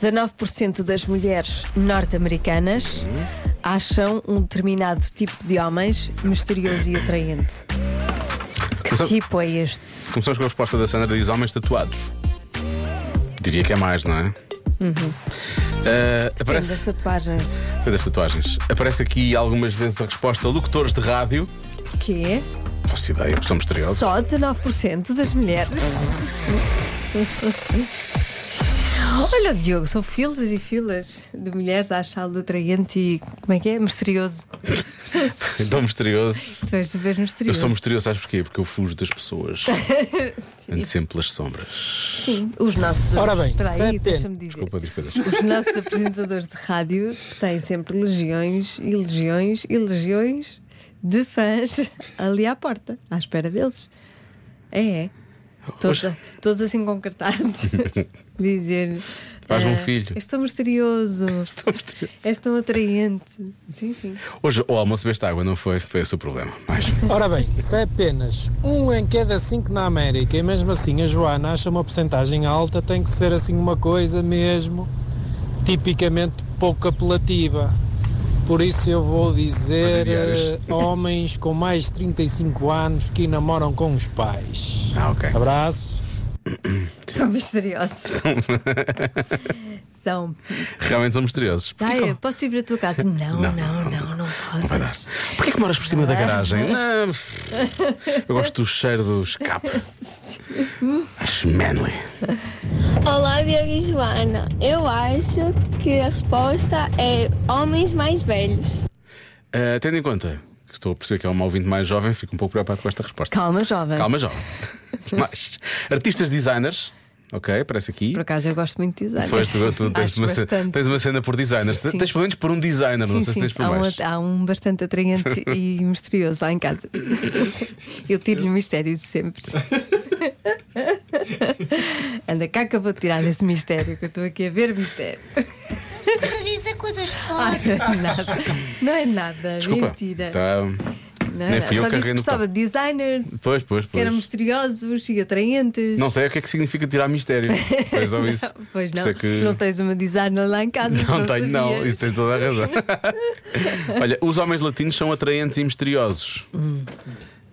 19% das mulheres norte-americanas Uhum. acham um determinado tipo de homens misterioso e atraente. Que Portanto- tipo é este? Começamos com a resposta da Sandra diz homens tatuados. Diria que é mais, não é? Uhum. Depende aparece da tatuagem. Depende das tatuagens. Aparece aqui algumas vezes a resposta locutores de rádio. Porquê? É Faço ideia, são misteriosos. é? Só 19% das mulheres. Olha, Diogo, são filas e filas de mulheres a achá-lo atraente e como é que é? Misterioso. Tão Então, misterioso. Tu és super Eu misterioso. sou misterioso, sabes porquê? Porque eu fujo das pessoas. Ando sempre pelas sombras. Sim, os nossos. Ora bem, Espera aí, sete. deixa-me dizer. Desculpa, diz coisas. Os nossos apresentadores de rádio têm sempre legiões e legiões e legiões de fãs ali à porta, à espera deles. É, é. Todos, todos assim com cartazes. Dizer. Faz-me um ah, filho. És tão misterioso. És tão atraente. Sim, sim. Hoje o almoço bebeste água, não foi? Foi esse o problema. Mas Ora bem, se é apenas um em cada cinco na América e mesmo assim a Joana acha uma porcentagem alta, tem que ser assim uma coisa mesmo tipicamente pouco apelativa. Por isso eu vou dizer Presidiários. eh, homens com mais de 35 anos que namoram com os pais. Ah, ok. Abraço. São misteriosos. São. realmente são misteriosos. Ai, posso ir para a tua casa? Não, não, não, não, podes. Vai dar. Porquê que moras por cima da garagem? Ah, eu gosto do cheiro do escape. Acho manly. Olá, Diogo e Joana. Eu acho que a resposta é homens mais velhos. Ah, tendo em conta que estou a perceber que é um ouvinte mais jovem, fico um pouco preocupado com esta resposta. Calma, jovem. Calma, jovem. Mas, artistas designers, ok, aparece aqui. Por acaso eu gosto muito de design. Pois, tu, tu tens, Acho uma cena, bastante. tens uma cena por designers. Sim. Tens pelo menos por um designer, Sim, não sei sim, se tens por há, mais. um, há um bastante atraente e misterioso lá em casa. Eu tiro-lhe o mistério de sempre. Anda cá que eu vou tirar esse mistério, que eu estou aqui a ver mistério. Para dizer coisas Ah, fora. não é nada, não é nada, Desculpa. mentira. Tá, Não é nem nada. fui eu Só disse que carreguei que no gostava de designers, Pois, pois, que eram pois. misteriosos e atraentes. Não sei o que é que significa tirar mistério. Pois ou isso. Pois não, Sei que- não tens uma designer lá em casa. se Não tenho, não, sabias. isso tens toda a razão. Olha, os homens latinos são atraentes e misteriosos,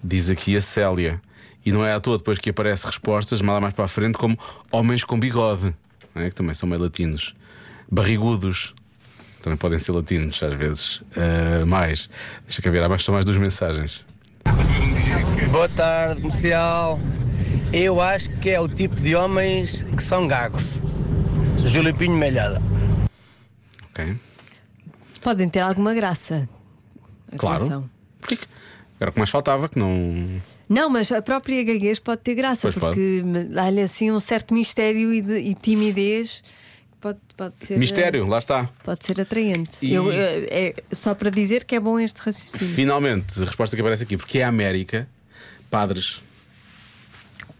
diz aqui a Célia. E não é à toa depois que aparece respostas, mal mais para a frente, como homens com bigode, não é? que também são meio latinos. Barrigudos, também podem ser latinos às vezes. Ah, mais, deixa cá ver, abaixo estão mais duas mensagens. Boa tarde, comercial. Eu acho que é o tipo de homens que são gagos. Júlio Pinho Melhada. Ok? Podem ter alguma graça. Atenção. Claro. Porquê que- Era o que mais faltava, que não. Não, mas a própria gaguez pode ter graça, Pois pode. porque me dá-lhe assim um certo mistério e, de- e timidez que pode, pode ser. eh, Mistério, lá está. Pode ser atraente. E- Eu- eu- é só para dizer que é bom este raciocínio. Finalmente, a resposta que aparece aqui, porque é a América, padres.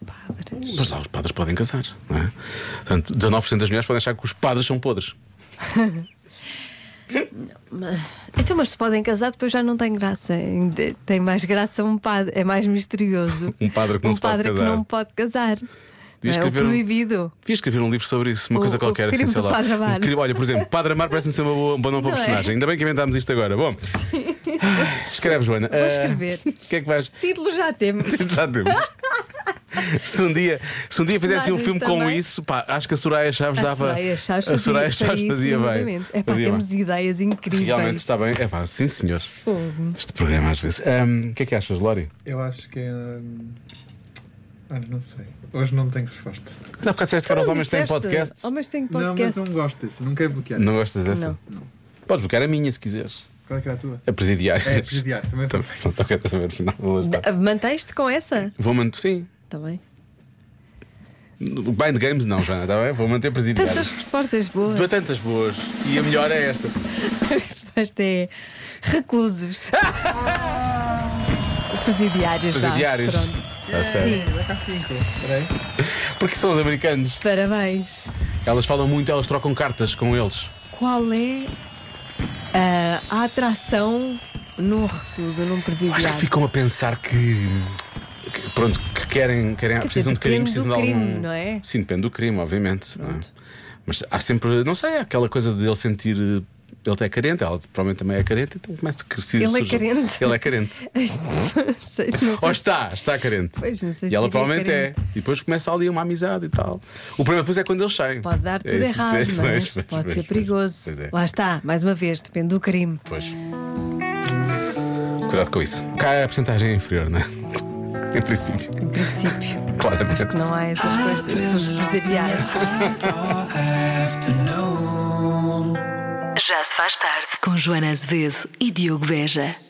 Padres. Mas lá os padres podem casar, não é? Portanto, 19% das mulheres podem achar que os padres são podres. Então, mas se podem casar, depois já não tem graça. Ainda Tem mais graça um padre, é mais misterioso. Um padre que não um se pode padre que casar. não pode casar. Não é o escrever um- proibido. Devia escrever um livro sobre isso, uma O- coisa o qualquer, crime assim, sei do lá. Padre Amar. O crime- Olha, por exemplo, Padre Amar parece-me ser uma boa, um bom nome para Não é? personagem. Ainda bem que inventámos isto agora. Bom, escreve, Joana. Vou escrever. O que é que vais? Título já temos. Já temos. Se um dia, se um dia fizesse um Personagens filme com também. isso, pá, acho que a Soraya Chaves A dava. Soraya Chaves a Soraya fazia, Chaves fazia bem. É pá, Fazia bem. temos ideias incríveis. Realmente está bem. É pá, sim senhor. Fogo. Este programa às vezes. Ahm, O que é que achas, Lori? Eu acho que é. hum, Ah, não sei. Hoje não tenho resposta. Há bocado disseste que agora os Então Não homens têm disseste? Oh, podcasts. Homens têm Não, mas podcast. não gosto disso. Não quero bloquear. Não isso. gostas dessa? Podes bloquear a minha se quiseres. Qual é que era a tua? A presidiária. É, presidiário. Também foi. Não estou a saber afinal. Lá está. Ah, Mantens-te com essa? Vou manter. Sim. tá Está bem. Bind Games não, já, está bem? Vou manter presidiário. Tantas respostas boas. Dou tantas boas. E a melhor é esta. A resposta é reclusos. Presidiários. vá. Presidiários. Pronto. Está Tá certo. Sim, Vai cá cinco. Espera aí. Porque são os americanos. parabéns. Elas falam muito, elas trocam cartas com eles. Qual é ah, a atração num recluso, num Acho que presidiário? ficam a pensar que. que, pronto, que querem, querem Quer precisam dizer, de depende carinho, precisam do de algum. crime, não é? Sim, depende do crime, obviamente. não é? Mas há sempre, não sei, há aquela coisa de ele sentir. eh, Ele é carente, ela provavelmente também é carente, então começa a crescer. Ele é surge- carente? Ele é carente. não sei, não Ou sei. está, está carente. Pois, não sei e se ela seria provavelmente é. carente. E depois começa ali uma amizade e tal. O problema depois é quando eles saem. Pode dar tudo É, errado, pois, não é? pois, pois, Pode ser pois, perigoso. Pois é. Lá está, mais uma vez, depende do crime. Pois. Cuidado com isso. Cá a porcentagem é inferior, não é? Em princípio, Em princípio, claramente. acho que não há essas coisas dos presidiários. Já se faz tarde com Joana Azevedo e Diogo Beja.